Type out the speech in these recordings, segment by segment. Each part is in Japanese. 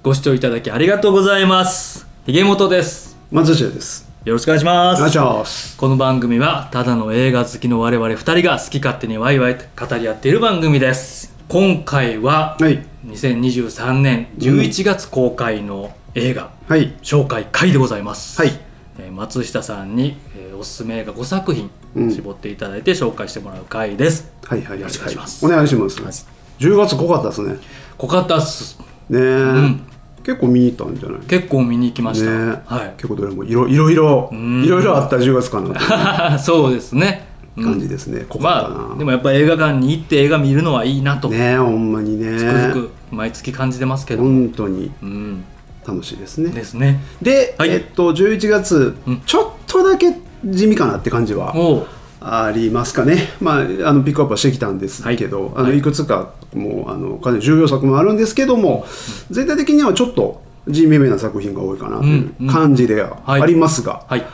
ご視聴いただきありがとうございます。ひげもとです。松下です。よろしくお願いしまおす。願いします。この番組はただの映画好きの我々2人が好き勝手にワイワイ語り合っている番組です今回ははい。 2023年11月公開の映画はい。紹介会でございます、はいえー松下さんに、えーおすすめ映画5作品うん絞っていただいて紹介してもらう回です、はいはいはい。よろしくお願いしますお願いします。はい10月濃かったですね。濃かったっすねえ、ん結構見に行ったんじゃない結構見に行きました、ねえはい結構どれもいろいろいろんいろいろあった10月かなっていう そうですね、うん感じですね。濃かったな。まあでもやっぱ映画館に行って映画見るのはいいなと、ねえ、ほんまにね。つくづく毎月感じてますけど、本当にうん、楽しいですね。ですねで、はいえっと11月、うんちょっとだけ地味かなって感じは。おうありますかね、まあ、あのピックアップはしてきたんですけど、はいい、あのはいいくつかもうあのかなり重要作もあるんですけども、全体的にはちょっと地味めな作品が多いかなというんう感じでははいありますが、はい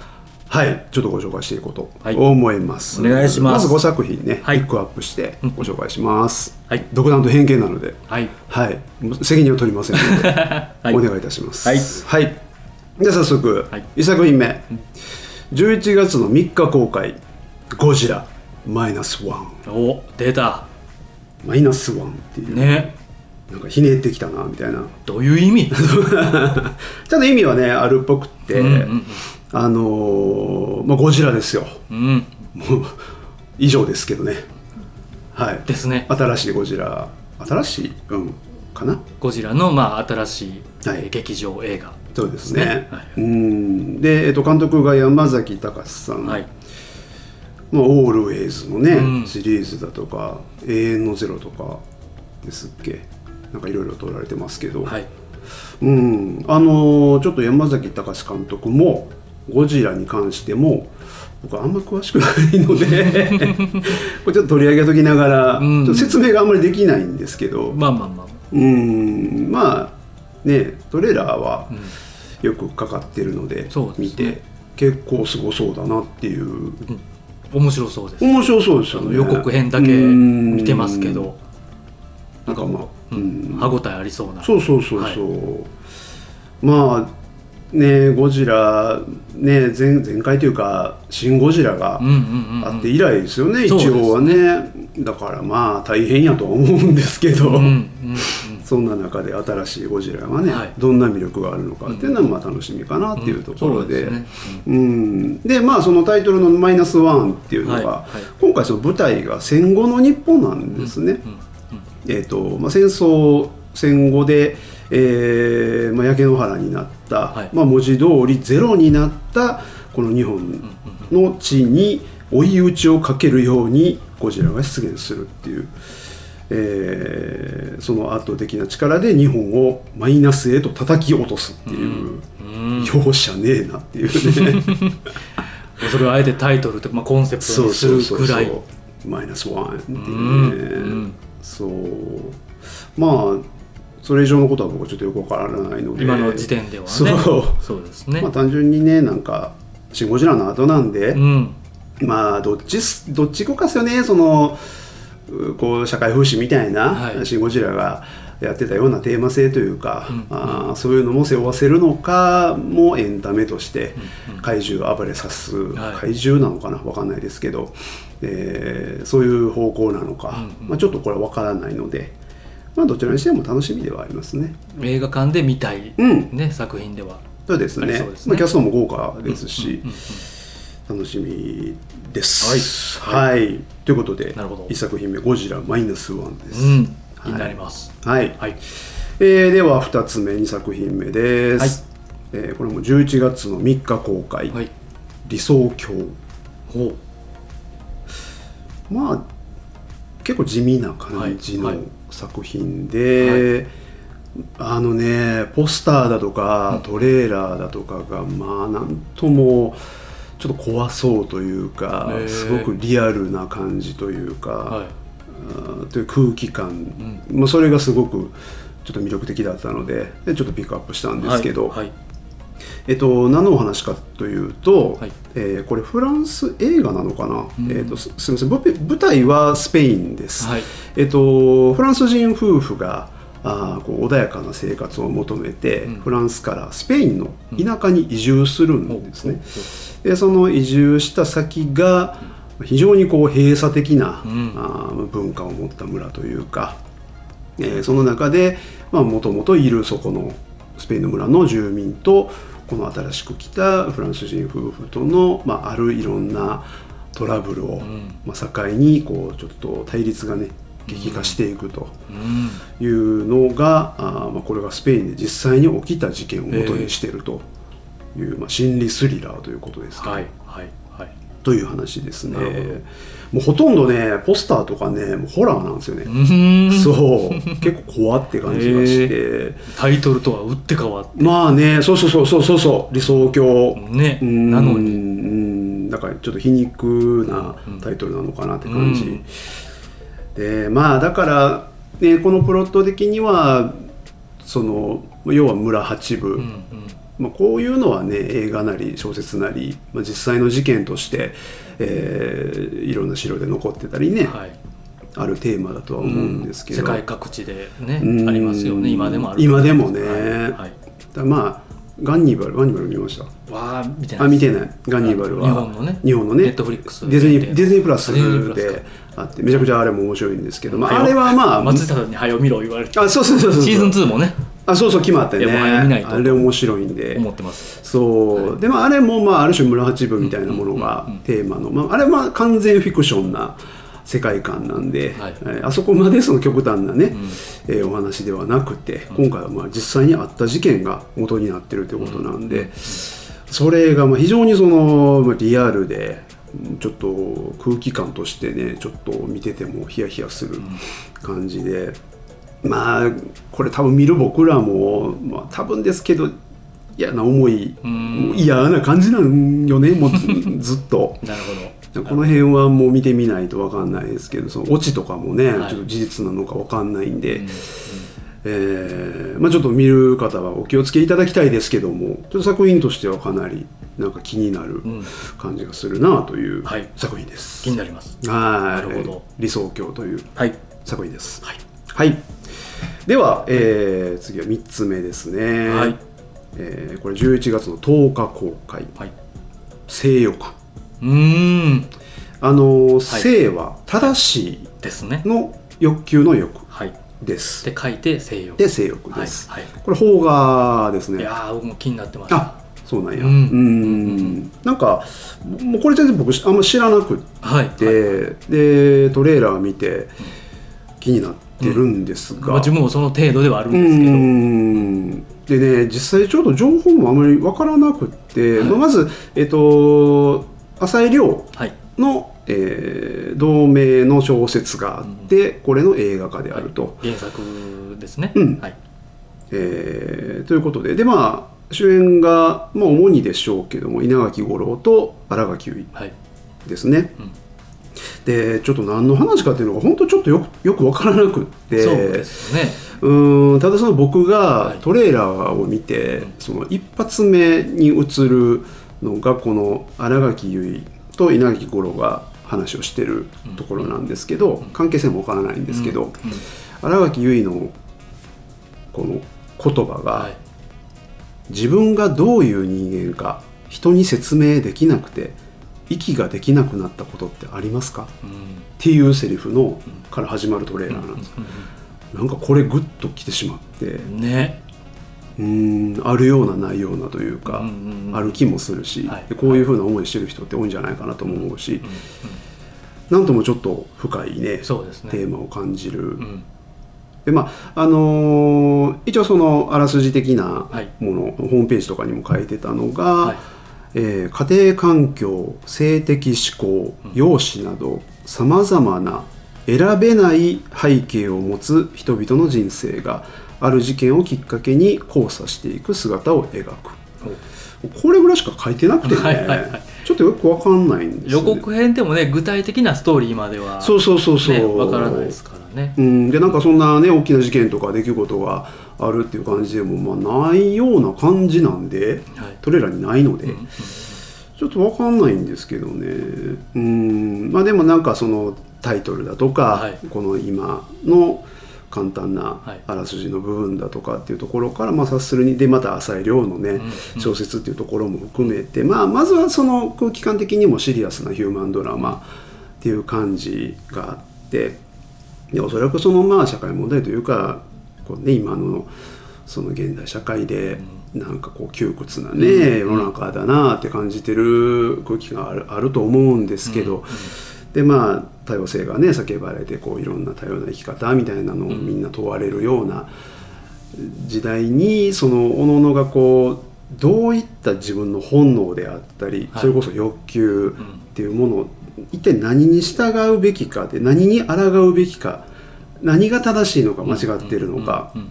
はいちょっとご紹介していこうとはい思います、お願いしますまず5作品ね、はいピックアップしてご紹介します、はい独断と偏見なので、はいはい、責任を取りませんので はいお願いいたしますはいはい、では早速、はい一作品目11月の3日公開「ゴジラマイナスワンお出た」マイナスワンっていう、ねなんかひねってきたなみたいな どういう意味ちゃんと意味はねあるっぽくって、うんうんうんあのーまあ、ゴジラですよ うんもう以上ですけどねはいですね新しいゴジラ新しいうんかなゴジラのまあ新しい、はいえー劇場映画そうですね。ねはいうんで、えっと、監督が山崎隆さん、はいまあ、オールウェイズのね、うんシリーズだとか「永遠のゼロ」とかですっけなんかいろいろ撮られてますけど、はいうんあのーちょっと山崎隆監督も「ゴジラ」に関しても僕あんま詳しくないの でこれちょっと取り上げときながら、うんちょっと説明があんまりできないんですけど、まあまあまあうんまあねトレーラーはんよくかかってるので,、そうですね見て結構すごそうだなっていう面白そうです、面白そうですあよのね予告編だけうん見てますけど、なんかまあ、ううんん歯応えありそうなそうそうそうそう、まあねゴジラね前前回というか「シン・ゴジラ」がうんうんうんあって以来ですよね、そうです一応はねだからまあ大変やとは思うんですけど、うんうんうんそんな中で新しいゴジラがね、はいどんな魅力があるのかっていうのはまあ楽しみかなっていうところで。そううんですねでまあそのタイトルの「マイナスワン」っていうのが、はいはい今回その舞台が戦後の日本なんですね。うんうんえーとまあ、戦争戦後で、えーまあ、焼け野原になった、はいまあ、文字通りゼロになったこの日本の地に追い打ちをかけるようにゴジラが出現するっていう、えーその圧倒的な力で日本をマイナスへと叩き落とすっていう、うんうん容赦ねえなっていうねそれをあえてタイトルとか、まあ、コンセプトにするぐらいマイナスワンっていうね、うんそうまあそれ以上のことは僕はちょっとよくわからないので今の時点ではね、そうそうですね、まあ単純にねなんかシン・ゴジラの後なんで、うんまあどっちすどっち行こうかっすよねそのうこう社会風刺みたいな、はいシン・ゴジラがやってたようなテーマ性というか、うんあーそういうのも背負わせるのかもエンタメとして怪獣を暴れさす、はい怪獣なのかなわかんないですけど、えーそういう方向なのか、うんうんまあ、ちょっとこれはわからないので、まあ、どちらにしても楽しみではありますね。映画館で見たい、うんね、作品では、そうですありねそうですねまあ、キャストも豪華ですし、うんうん楽しみです。はい、ということでなるほど一作品目「ゴジラマイナスワン」です。うん、気になりますはい、はいえーでは2つ目2作品目です、えーこれも11月の3日公開「はい理想郷ほう」まあ結構地味な感じのはいはい作品で、あのねポスターだとか、トレーラーだとかがまあなんともちょっと怖そうというかへーすごくリアルな感じというか、はいうんという空気感、まあ、それがすごくちょっと魅力的だったのででちょっとピックアップしたんですけど、はいはいえっと、何のお話かというと、はいえーこれフランス映画なのかな、えっと、すすみませんぶ舞台はスペインです、はいえっと、フランス人夫婦があーこう穏やかな生活を求めて、うんフランスからスペインの田舎に移住するんですね。でその移住した先が非常にこう閉鎖的な、うんあー文化を持った村というか、えーその中でもともといるそこのスペインの村の住民とこの新しく来たフランス人夫婦との、まあ、あるいろんなトラブルを、んまあ、境にこうちょっと対立がね激化していくとうんいうのが、あーまあ、これがスペインで実際に起きた事件を元にしているという、まあ、心理スリラーということですけどはいはいはいという話ですねなるほど。もうほとんどね、ポスターとかね、もうホラーなんですよね。うんそう、結構怖って感じがして、タイトルとは打って変わっまあね、そうそうそうそうそうそう、理想郷て。ねうんなのうにんだからちょっと皮肉なタイトルなのかなって感じ、うんでまあだから、ね、このプロット的にはその要は村八部、うんうんまあ、こういうのはね映画なり小説なり、まあ、実際の事件として、えーいろんな資料で残ってたりね、はいあるテーマだとは思うんですけど、世界各地でねうんありますよね今でもある今でもねはいはいだまあガンニバルガンニバル見ましたわあ見てないあ見てないガンニバルは日本のね日本のねネットフリックスディズニーディズニープラスディズニープラスであってめちゃくちゃあれも面白いんですけど、まはあ、よあれはまあ松下さんに「はよ見ろ」言われてあそうそうそうそうシーズン2もねあそうそう決まってねいやもう早見ないとあれ面白いんで思ってますそう、でまああれもまあある種村八分みたいなものがテーマの、まあ、あれは完全フィクションな世界観なんで、はいえーあそこまでその極端なね、えーお話ではなくて今回はまあ実際にあった事件が元になってるということなんで、それがまあ非常にそのまあリアルでうんちょっと空気感としてねちょっと見ててもヒヤヒヤする感じで。まあこれ多分見る僕らも、まあ、多分ですけど嫌な思いうんもう嫌な感じなんよねもう ずずっとなるほこの辺はもう見てみないと分かんないですけどそのオチとかもね、はいちょっと事実なのか分かんないんで、どうんえーまあ、ちょっと見る方はお気をつけいただきたいですけどもちょっと作品としてはかなりなんか気になるうん感じがするなというはい作品です。気になりますはいなるほど理想郷というはい作品です。はいはい。では、えー次は3つ目ですね。はいえーこれ11月の10日公開はい「性欲うーん」あのー性は正しいですねの欲求の欲はいっですて書いて西洋で性欲はでいす、はいこれ邦画ですいねやー僕も気になってましたあそうなんやううんんうんんなんかもうこれ全然僕あんま知らなくってはいはいでトレーラー見て気になってるんですまあが自分もその程度ではあるんうですけどんでね実際ちょっと情報もあまり分からなくって、はいまあまずえっと浅井亮はいの、えー同名の小説があって、これの映画化であると。原作ですねうんはいえーということででまあ主演が、まあ、主にでしょうけども稲垣吾郎と新垣結はい衣ですね。うんでちょっと何の話かっていうのが本当ちょっとよくよく分からなくってそうですねうーんただその僕はがいトレーラーを見て、うんその一発目に映るのがこの新垣結衣と稲垣吾郎が話をしてるところなんですけど、関係性もわからないんですけうど、んうん新垣結衣のこの言葉が、はい自分がどういう人間か人に説明できなくて息ができなくなったことってありますかうんうんっていうセリフのから始まるトレーラーなんです、うなんかこれグッときてしまってんうんねうーんあるようなないようなというか、うんうんうんある気もするし、はいでこういうふうな思いしてる人って多いんじゃないかなとも思うし、なんともちょっと深いねそうですねテーマを感じる、うんでまああのー一応そのあらすじ的なはいもの、ホームページとかにも書いてたのが、はいえー家庭環境性的指向容姿などさまざまな選べない背景を持つ人々の人生がある事件をきっかけに交差していく姿を描くこれぐらいしか書いてなくてね、はいはいはいちょっとよくわかんないんです予よ、ね、告編でもね具体的なストーリーまではそうそうそうそう、ねわからないですからねうん、でなんかそんなね大きな事件とか出来事があるっていう感じでも、まあ、ないような感じなんではいトレーラーにないので、うんちょっと分かんないんですけどねうんまあでもなんかそのタイトルだとか、はいこの今の簡単なはいあらすじの部分だとかっていうところから、まあ、察するにでまた浅井亮のね、うん小説っていうところも含めて、まあ、まずはその空気感的にもシリアスなヒューマンドラマっていう感じがあってでおそらくそのまあ社会問題というかこう、ね、今のその現代社会でなんかこう窮屈なね世の中だなって感じてる空気があるあると思うんですけど。でまあ多様性がね叫ばれてこういろんな多様な生き方みたいなのをみんな問われるような時代にその各々がこうどういった自分の本能であったり、はいそれこそ欲求っていうものを一体何に従うべきかで何に抗うべきか何が正しいのか間違っているのか、うんうん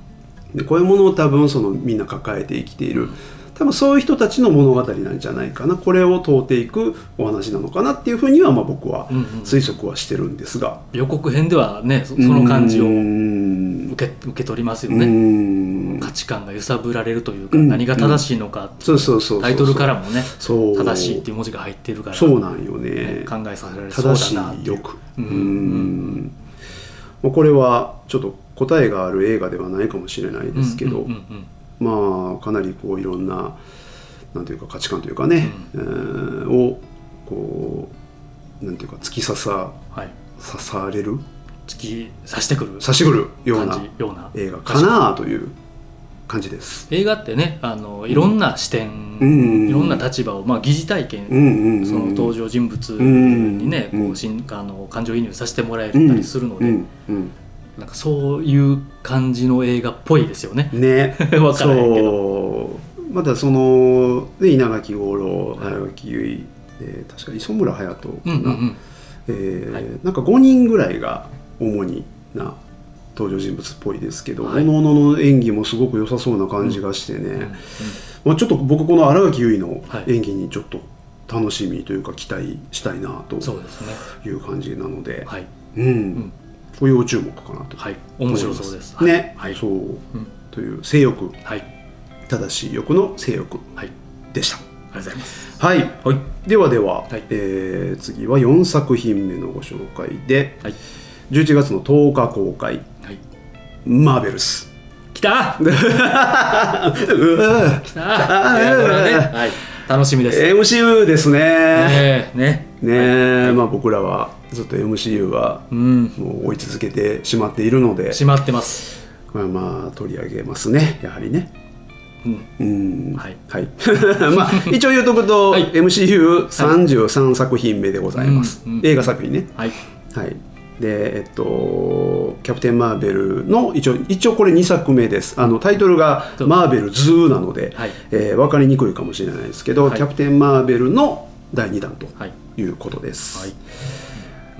でこういうものを多分そのみんな抱えて生きている多分そういう人たちの物語なんじゃないかなこれを問うていくお話なのかなっていうふうにはまあ僕はうんうん推測はしてるんですが、予告編ではねそその感じをう受ーんけ受け取りますようーねん価値観が揺さぶられるというかうん何が正しいのかっていそうそうそうそうタイトルからもねそう正しいっていう文字が入ってるからそうなんよねね考えさせられそう正だしなってい欲ううんーんまあこれはちょっと答えがある映画ではないかもしれないですけど、うんうんうんまあかなりこういろんななんていうか価値観というかね、えーをこうなんていうか突き刺さうんはい刺される突き刺してくる刺してくるよう感なじような映画かなという感じです。映画ってねあのいろんな視点、うんうんうんいろんな立場を、まあ、疑似体験、うんうんうん、その登時場人物にね、うんうんうんこうしんあの感情移入させてもらえたりするので、うんうんなんかそういう感じの映画っぽいですよねう。んね わからへんけどそうまたその、ね、稲垣吾郎はい早垣結衣、えー確か磯村隼人かうな、んうんうん、えーはいなんか5人ぐらいが主にな登場人物っぽいですけど、はい各々の演技もすごく良さそうな感じがしてね、うんうんまあ、ちょっと僕この新垣結衣のはい演技にちょっと楽しみというか期待したいなとそうですね。いう感じなので、はい、うんんこれ要注目かなとはい、面白そうです。はいね、はい、そうう、んという性欲はい、はい、正しい欲の性欲ありでした。がとうございます。はいはい、ではでは、はいえー次は4作品目のご紹介ではい、 11月の10日公開はい、 「マーベルス来た。」うわ来た。いやこれはね、はい、楽しみです。 MCU ですねねえねねえ、まあ、僕らはずっと MCU はうん、もう追い続けてしまっているので閉まってます。これはまあ取り上げますねやはりねうん、うんはい、はい、 まあ一応言うとくと、はい MCU33 作品目でございます、うんうん映画作品ねはい、はい、でえっと「キャプテン・マーベルの」一応一応これ2作目ですあのタイトルが「そうマーベルズー」なので、はいえー分かりにくいかもしれないですけど「はいキャプテン・マーベル」の第2弾とはい、いうことです、はい、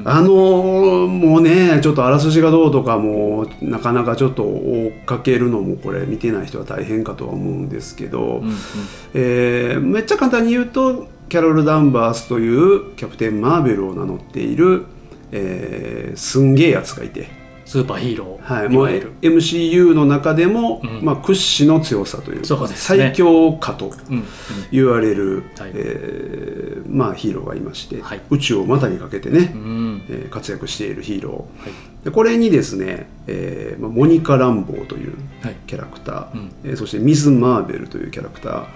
あのーもうねちょっとあらすじがどうとかもなかなかちょっと追っかけるのもこれ見てない人は大変かとは思うんですけど、うん、うん、えーめっちゃ簡単に言うとキャロル・ダンバースというキャプテン・マーベルを名乗っている、えーすんげえやつがいて、スーパーヒーロー。はい、もうわゆる MCU の中でも、うんまあ、屈指の強さというかそうですね最強かとうん、うん、言われる、はいえーまあ、ヒーローがいまして、はい宇宙を股にかけてね、うんえー活躍しているヒーロはいーでこれにですね、えーまあ、モニカ・ランボーというはいキャラクター、うんえーそしてミズ・マーベルというキャラクターはい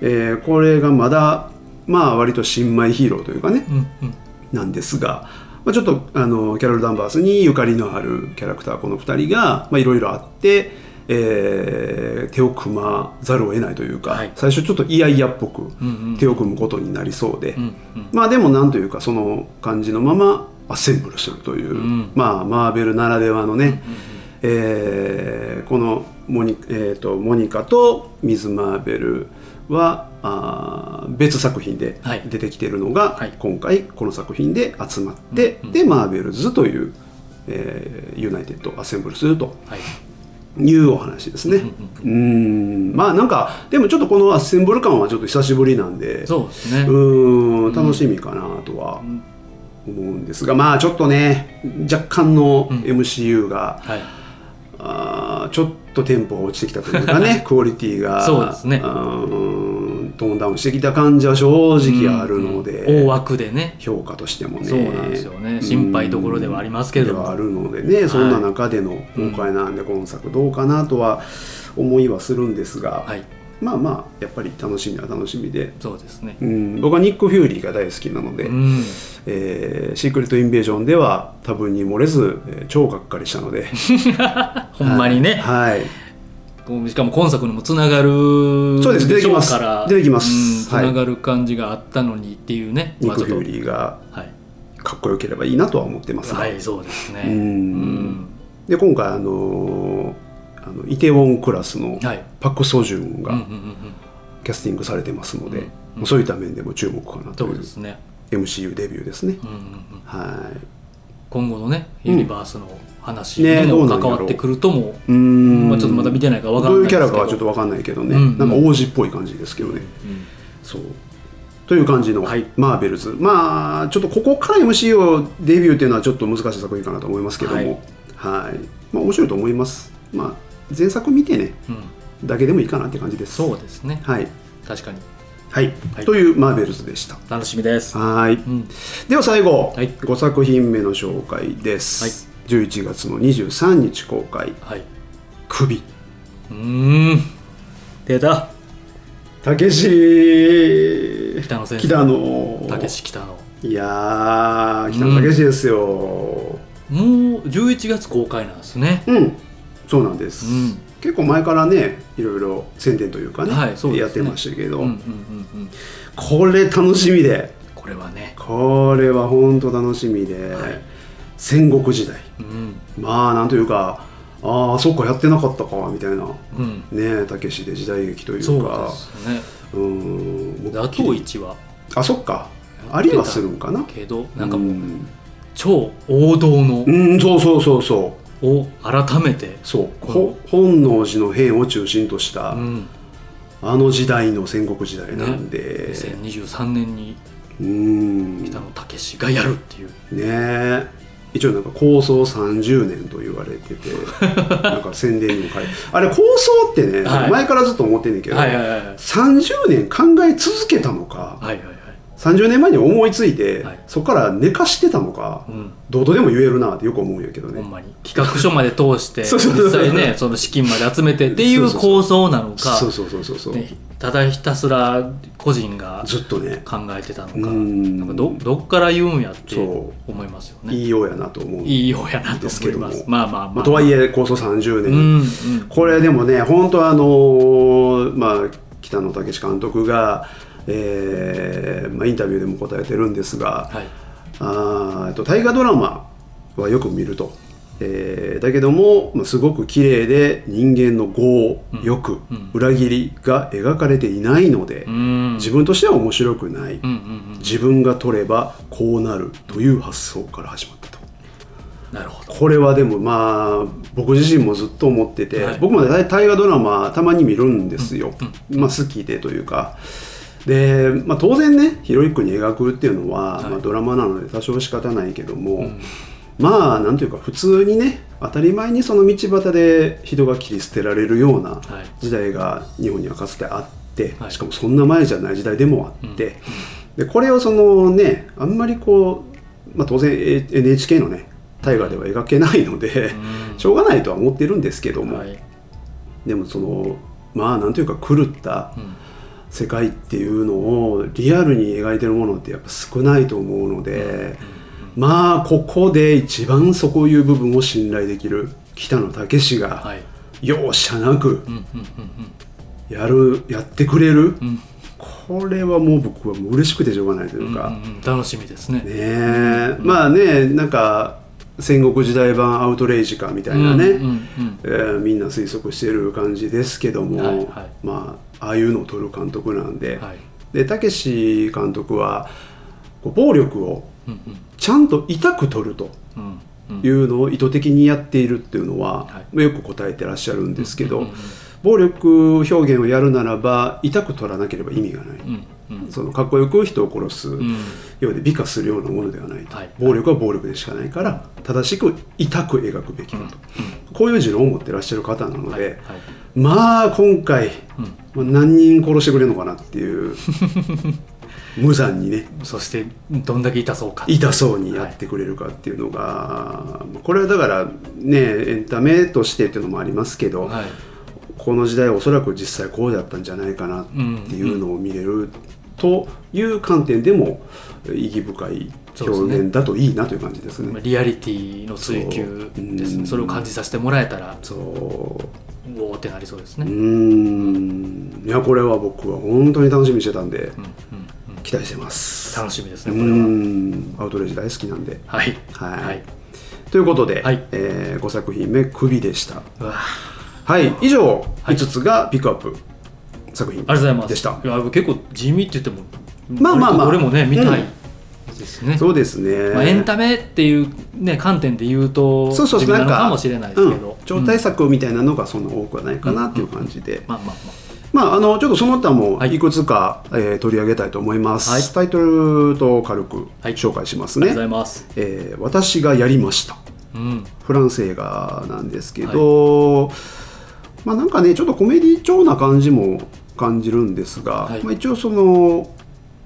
えーこれがまだまあ割と新米ヒーローというかねうんうんなんですが、まあ、ちょっとあのキャロル・ダンバースにゆかりのあるキャラクターこの2人がまあいろいろあって、えー手を組まざるを得ないというか、はい最初ちょっと嫌々っぽくうんうん手を組むことになりそうで、うんうんまあでもなんというかその感じのままアッセンブルするという、うんまあマーベルならではのね、えーこのモニ,、えーとモニカとミズ・マーベルはあー別作品ではい出てきているのが、はい今回この作品で集まって、うんでマーベルズという、えーユナイテッドアッセンブルするとはいいうお話ですね。うーんまあなんかでもちょっとこのアッセンブル感はちょっと久しぶりなんでそうですねうーん楽しみかなとはん思うんですがまあちょっとね若干のうん MCU が、はい あーちょっとテンポが落ちてきたというかねクオリティがそうですねーんトーンダウンしてきた感じは正直あるので、大枠でね評価としてもねそうなんですよね心配どころではありますけれどもではあるのでねそんな中での今回なんで今作どうかなとは思いはするんですが、はいまあまあやっぱり楽しみは楽しみで、そうですねうん、僕はニック・フューリーが大好きなので、うんえーシークレット・インベージョン」では多分に漏れず、えー超がっかりしたのでほんまにね、 はい、こうしかも今作にもつながるそうです出てきますでしょうから出てきますうんつはいながる感じがあったのにっていうね、ニック・ちフょュっーとリーがはい、かっこよければいいなとは思ってますが、はい、そうですねうんうんで今回あのーあのイテウォンクラスのはいパク・ソジュンうんうんうがんうんキャスティングされてますので、うんうんもうそういった面でも注目かなとそういうですね、 MCU デビューですね。うんうんうん、は今後のねうんユニバースの話ねにどうもなんやろう関わってくるとも、い、うんまあ、ちょっとまだ見てないから分からどうないいうですけキャどラかはちょっと分かんないけどね、うんうんなんか王子っぽい感じですけどうね。んそうという感じのはいマーベルズ、まあちょっとここから MC をデビューっていうのはちょっと難しい作品かなと思いますけどもはいまあ面白いと思いますまあ前作見てねうん、だけでもいいかなって感じですそうですねはい、確かにはいはいというマーベルズでした楽しみです、、はいうん、では最後、はい5作品目の紹介です、11月の23日公開はい「首うーん出た」たけし北野先生北野たけし北野いやー北野たけしですよ、もう11月公開なんですねうん、そうなんです、うん結構前からねいろいろ宣伝というかね,、はいそうですねやってましたけうど、んうんうんうんこれ楽しみでこれはねこれは本当楽しみで、はい戦国時代うんまあなんというかああそっかやってなかったかみたいなうんねえたけしで時代劇というかそうですねうーん打倒一はあそっかありはするんかなけどなんかもううん超王道のうんそうそうそうそうを改めてそうこのほ本能寺の変を中心とした、うんあの時代の戦国時代なんで、 2023年にうーんね北野武がやるっていうえ一応なんか構想30年と言われ ててなんか宣伝にも書いてあれ構想ってね、はい前からずっと思ってんねんけど、はいはいはいはい30年考え続けたのかはいはいはい30年前に思いついて、はいそこから寝かしてたのか、うんどうとでも言えるなってよく思うんやけどほんねまに企画書まで通してそうそうそう実際ねその資金まで集めてっていそううそうそう構想なのか そうそうそうそうそう、ねただひたすら個人がずっとね考えてたのかうんなんかどどっから言うんやってそ思いますよいねいようやなと思ういいようやなとですけ思いどもますまあまあままああとはいええ構想30う年、んうんこれでもね本当あのーまあ北野武監督が、えーまあ、インタビューでも答えてるんですが、はいあーえっと大河ドラマはよく見ると、えーだけども、まあ、すごく綺麗で人間の業うん欲、うん裏切りが描かれていないので、うん自分としては面白くない、うんうんうん自分が取ればこうなるという発想から始まったと。なるほどこれはでもまあ僕自身もずっと思ってて、はい僕もね大河ドラマたまに見るんですよ、まあ、好きでというかで、まあ、当然ねヒロイックに描くっていうのは、はいまあ、ドラマなので多少仕方ないけども、んまあなんというか普通にね当たり前にその道端で人が切り捨てられるようなはい時代が日本にはかつてあって、はいしかもそんな前じゃない時代でもあって、でこれをそのねあんまりこう、まあ、当然え NHK のね大河では描けないので、うんしょうがないとは思ってるんですけども、はいでもそのまあなんというか狂ったうん世界っていうのをリアルに描いてるものってやっぱ少ないと思うので、まあここで一番そこいう部分を信頼できる北野武がはい容赦なくうんうんうんやるやってくれる、うんうんこれはもう僕はもう嬉しくてしょうがないというか。うんうんうん楽しみですねねえ、まあねなんか戦国時代版アウトレイジかみたいなね、うんうんうんえーみんな推測してる感じですけども、はいはいまあああいうのを撮る監督なんで、はいでたけし監督はこう暴力をうんちゃんと痛く撮るとうんうんうんいうのを意図的にやっているっていうのは、はよく答えてらっしゃるんですけうど、んうんうん暴力表現をやるならば痛く取らなければ意味がない、うんうんそのかっこよく人を殺すうんようで美化するようなものではないと、はい暴力は暴力でしかないから正しく痛く描くべきだと、こういう持論を持ってらっしゃる方なので、はいはいまあ今回、まあ何人殺してくれるのかなって いう無残にねそしてどんだけ痛そうか痛そうにやってくれるかっていうのが、まあこれはだからねエンタメとしてっていうのもありますけど、はいこの時代おそらく実際こうだったんじゃないかなっていうのを見れるという観点でも意義深い表現だといいなという感じですね。リアリティの追求ですそううんねそれを感じさせてもらえたらそううおーってなりそうですうね、ーんいやこれは僕は本当に楽しみにしてたんでうんうんうん期待してます。楽しみですうねこれはんアウトレイジ大好きなんで。はいはいはいということで、はいえ5作品目「首」でした。うわあはい以上はい5つがピックアップ作品ありがとうございますでした。いや結構地味って言ってもまあまあまあ俺もね見たいですね、そうですね、まあ、エンタメっていう、ね、観点で言うとそうそう地味なのなんかかもしれないですけど、うん、超大うん作みたいなのがそんな多くはないかなっていう感じで、まあまあままああのちょっとその他もはいいくつか、えー取り上げたいと思います、はいタイトルと軽くはい紹介しますあ、ありがとうねご、ざいます、えー私がやりましたうんフランス映画なんですけど、まあなんかねちょっとコメディ調な感じも感じるんですが、はいまあ、一応その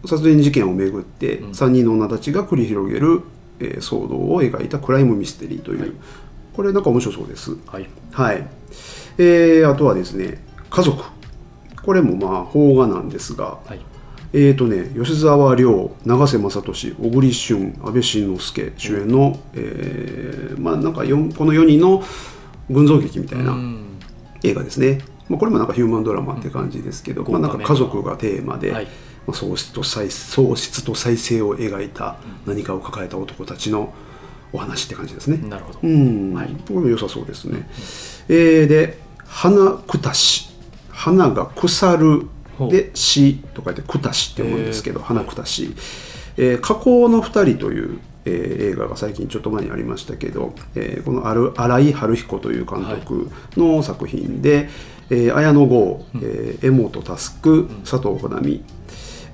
殺人事件をめぐってうん3人の女たちが繰り広げる、えー騒動を描いたクライムミステリーという、はいこれなんか面白そうですはい、はい、えーあとはですね家族これもまあ邦画なんですがはい、えーとね吉沢亮永瀬正敏小栗旬阿部慎之助主演の、えーまあなんかよんこの4人の群像劇みたいうなん映画ですね、まあ、これもなんかヒューマンドラマって感じですけど、うんまあ、なんか家族がテーマで、はいまあ、喪失と再喪失と再生を描いた何かを抱えた男たちのお話って感じですね。なるほど、うん、はいこれも良さそうですね。えーで「花くたし」「花が腐る」ほうで「し」と書いて「くたし」って思うんですけど「花くたし」えー「加工の二人」という、えー映画が最近ちょっと前にありましたけど、えーこのある新井春彦という監督の作品で、えー綾野剛、えー、江本佑佐藤穂波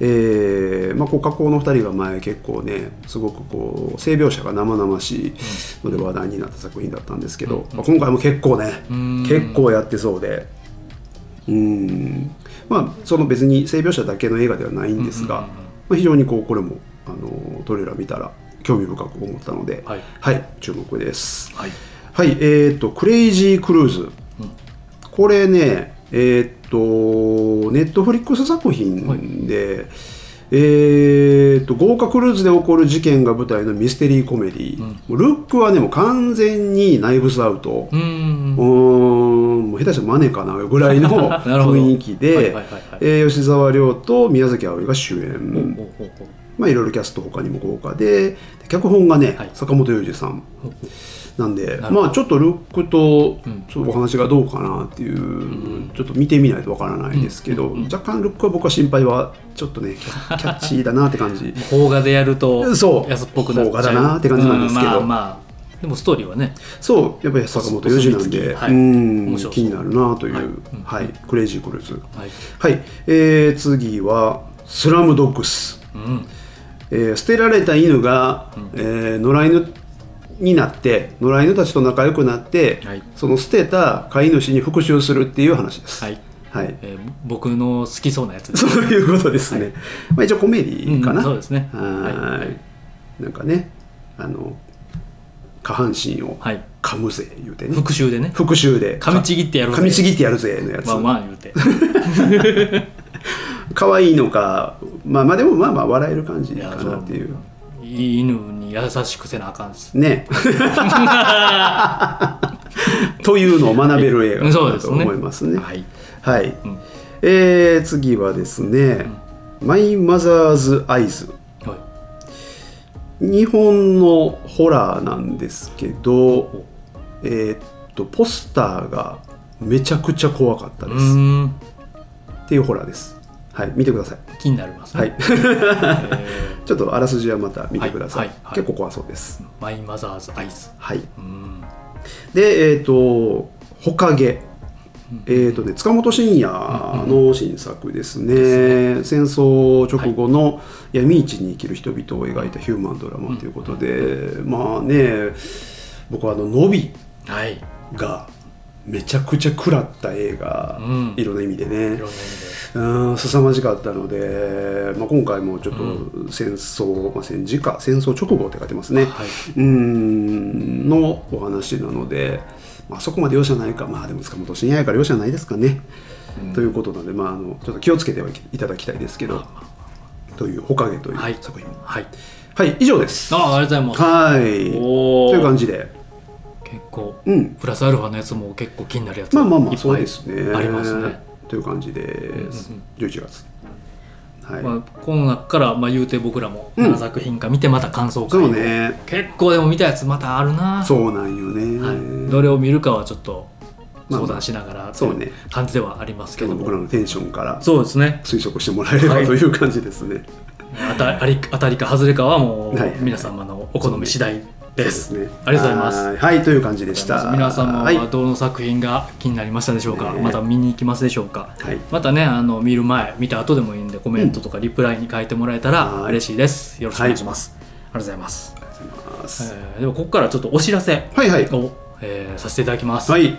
えーまあ、こう加工の2人が前結構ねすごくこう性描写が生々しいので話題になった作品だったんですけど、まあ、今回も結構ねうん結構やってそうでうんまあその別に性描写だけの映画ではないんですうが、んうんうんうんまあ、非常にこうこれもあのトレーラー見たら興味深く思ったので、はい注目です。はい、はい、えー、と、クレイジークルーズ。これね、えー、と、ネットフリックス作品で、えー、と、豪華クルーズで起こる事件が舞台のミステリーコメディルックはね、もう完全にナイブスアウト。うーうんーんもう下手したらマネかなぐらいの なるほど雰囲気はいではいはいはいえー吉沢亮と宮崎あおいが主演ほうほうほうまあ、いろいろキャスト他にも豪華で脚本がね、はい坂本龍二さんなんでなるほどまあちょっとルックとうんちょっとお話がどうかなっていう、ちょっと見てみないとわからないですけど、若干ルックは僕は心配はちょっと ねキャキャッチーだなって感じ邦画でやるとそう安っぽくなっちゃう邦画だなって感じなんですけどうまあまあでもストーリーはねそうやっぱり坂本龍二な細身んで、付きはいうん面白そう気になるなという、ははいいうんクレイジークルーズはい、はい、えー次は「スラムドッグス」うん、えー捨てられた犬が、えー野良犬になって野良犬たちと仲良くなって、はいその捨てた飼い主に復讐するっていう話です。はい、はい えー僕の好きそうなやつですそういうことですね。まあ、一応コメディかな。うんそうですねははいーい、なんかね、あの下半身をはい噛むぜ言うてね。復讐でね復讐で噛みちぎってやろうぜ噛みちぎってやるぜのやつ。まあまあ言うて可愛いのか、まあまあでもまあまあ笑える感じいやかなっていう。そう犬に優しくせなあかんですね。 というのを学べる映画そうだでとすね思いますね。はいはい、んえー次はですね、マイ・マザーズ・アイズ。は日本のホラーなんですけどお、えーっと、ポスターがめちゃくちゃ怖かったいうです。っーんていうホラーです。はい、見てください。気になりますね、はい、 えちょっとあらすじはまた見てくださはい。いはいはい結構怖そうですー。マイマザーズアイズはい。うーんで、えーっと、ほかげ。えーとね、塚本慎也の新作ですね,、戦争直後の闇市に生きる人々を描いたヒューマンドラマということで、まあね僕はあの「のびはい」がめちゃくちゃ食らった映画、うんいろんな意味でね。いろんな意味でうん凄まじかったので、まあ、今回もちょっと戦争、まあ、戦時下戦争直後って書いてますね、はいうんのお話なので、まああそこまで容赦ないかまあでも塚本慎也やから容赦ないですかね、ということなので、まあ、あのちょっと気をつけてはいただきたいですけどという「ほかげ」というはい作品ははいい、以上ですあありがとうございますはおいーという感じで結構うんプラスアルファのやつも結構気になるやつまあまあまいあっそうぱいですねありますねという感じです、11月はい、まあ、この中から、まあ、言うて僕らもうん7作品か見てまた感想会、そうね結構でも見たやつまたあるなそうなんよね、はい、どれを見るかはちょっとまあまあ相談しながらそうとねいう感じではありますけ今ど日のも、僕らのテンションからそうですね推測してもらえればはいという感じですね、当たあり当たりか外れかはもはいはいう皆様のお好み次第です,、そうねありがとうございますはいはいという感じでした皆様はい、はどの作品が気になりましたでしょうか、ねえまた見に行きますでしょうか、はいまたねあの見る前見た後でもいいんでコメントとかリプライに書いてもらえたらはい嬉しいですよろしくお願いします、ありがとうございます、ありがとうございますえーではここからちょっとお知らせはいはいを、えーさせていただきます、はい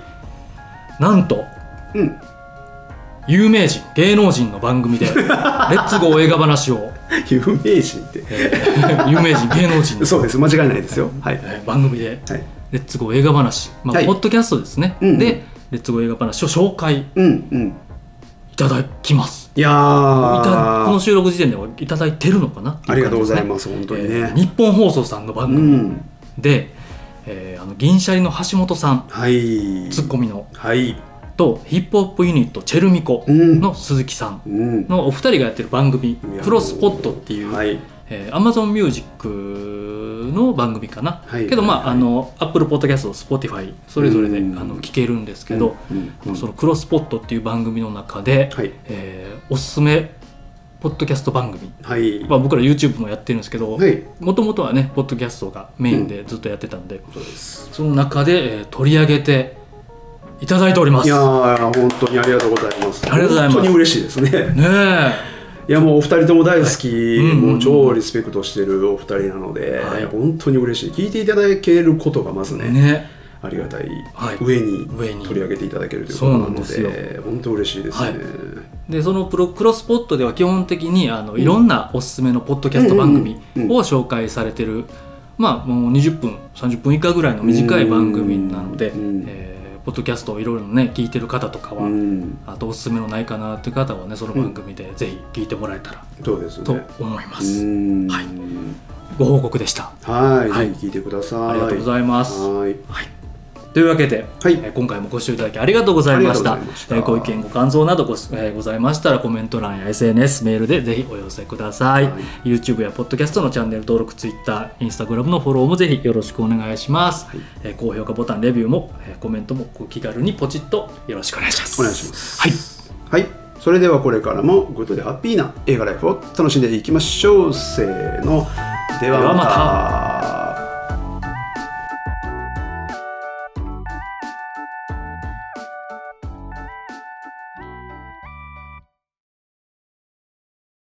なんとうん 有名人芸能人の番組で「レッツゴー映画話」を有名人って 有名人芸能人のそうです間違いないですよはいはいえー番組で「レッツゴー映画話」まあ、はいポッドキャストですね、うんうんで「レッツゴー映画話」を紹介うんうんいただきますいやいたこのー収録時点ではいただいてるのかなってあいりうがとう感ごじざですねいます本当にえねー、日本放送さんの番う組んで、えーあの銀シャリの橋本さんはいツッコミのはいとヒップホップユニットチェルミコの鈴木さんうんのお二人がやってる番組「プロスポット」っていう、はいえー、Amazon Music の番組かな、はいけどまあはあいの Apple Podcast、Spotify それぞれであうんの聞けるんですけど、うんあのそのクロスポットっていう番組の中で、はいえーおすすめポッドキャスト番組、はいまあ、僕ら YouTube もやってるんですけどはいもともとはねポッドキャストがメインでずっとやってたんで、そうですその中で、えー取り上げていただいておりますいやー本当にありがとうございます。ありがとうございます本当に嬉しいですね。ねえいやもうお二人とも大好き、うんうんうんもう超リスペクトしてるお二人なので、はい本当に嬉しい。聞いていただけることがまずね、ねありがたい、はい上に上に取り上げていただけるということなので、そうなんで本当嬉しいですね。はいでそのプロクロスポットでは基本的にあのいろんなおすすめのポッドキャスト番組うんうんうんうんを紹介されてる、まあ、もう20分30分以下ぐらいの短い番組なので、うんえーポッドキャストをいろいろね聞いてる方とかは、うん、あとおすすめのないかなっていう方はねその番組でぜひ聞いてもらえたらそうですね。と思いまうす、んはいご報告でしたはい、はいぜひ聞いてください。ありがとうございますはいというわけで、はいえー今回もご視聴いただきありがとうございましたありがとうございましたえーご意見ご感想などご,、えーございましたらコメント欄や SNS メールでぜひお寄せください、はい YouTube や Podcast のチャンネル登録 TwitterInstagram のフォローもぜひよろしくお願いします、えー高評価ボタンレビューも、えーコメントもお気軽にポチッとよろしくお願いしますお願いしますはいはい、それではこれからもグッドでハッピーな映画ライフを楽しんでいきましょう。せーの、ではではままた。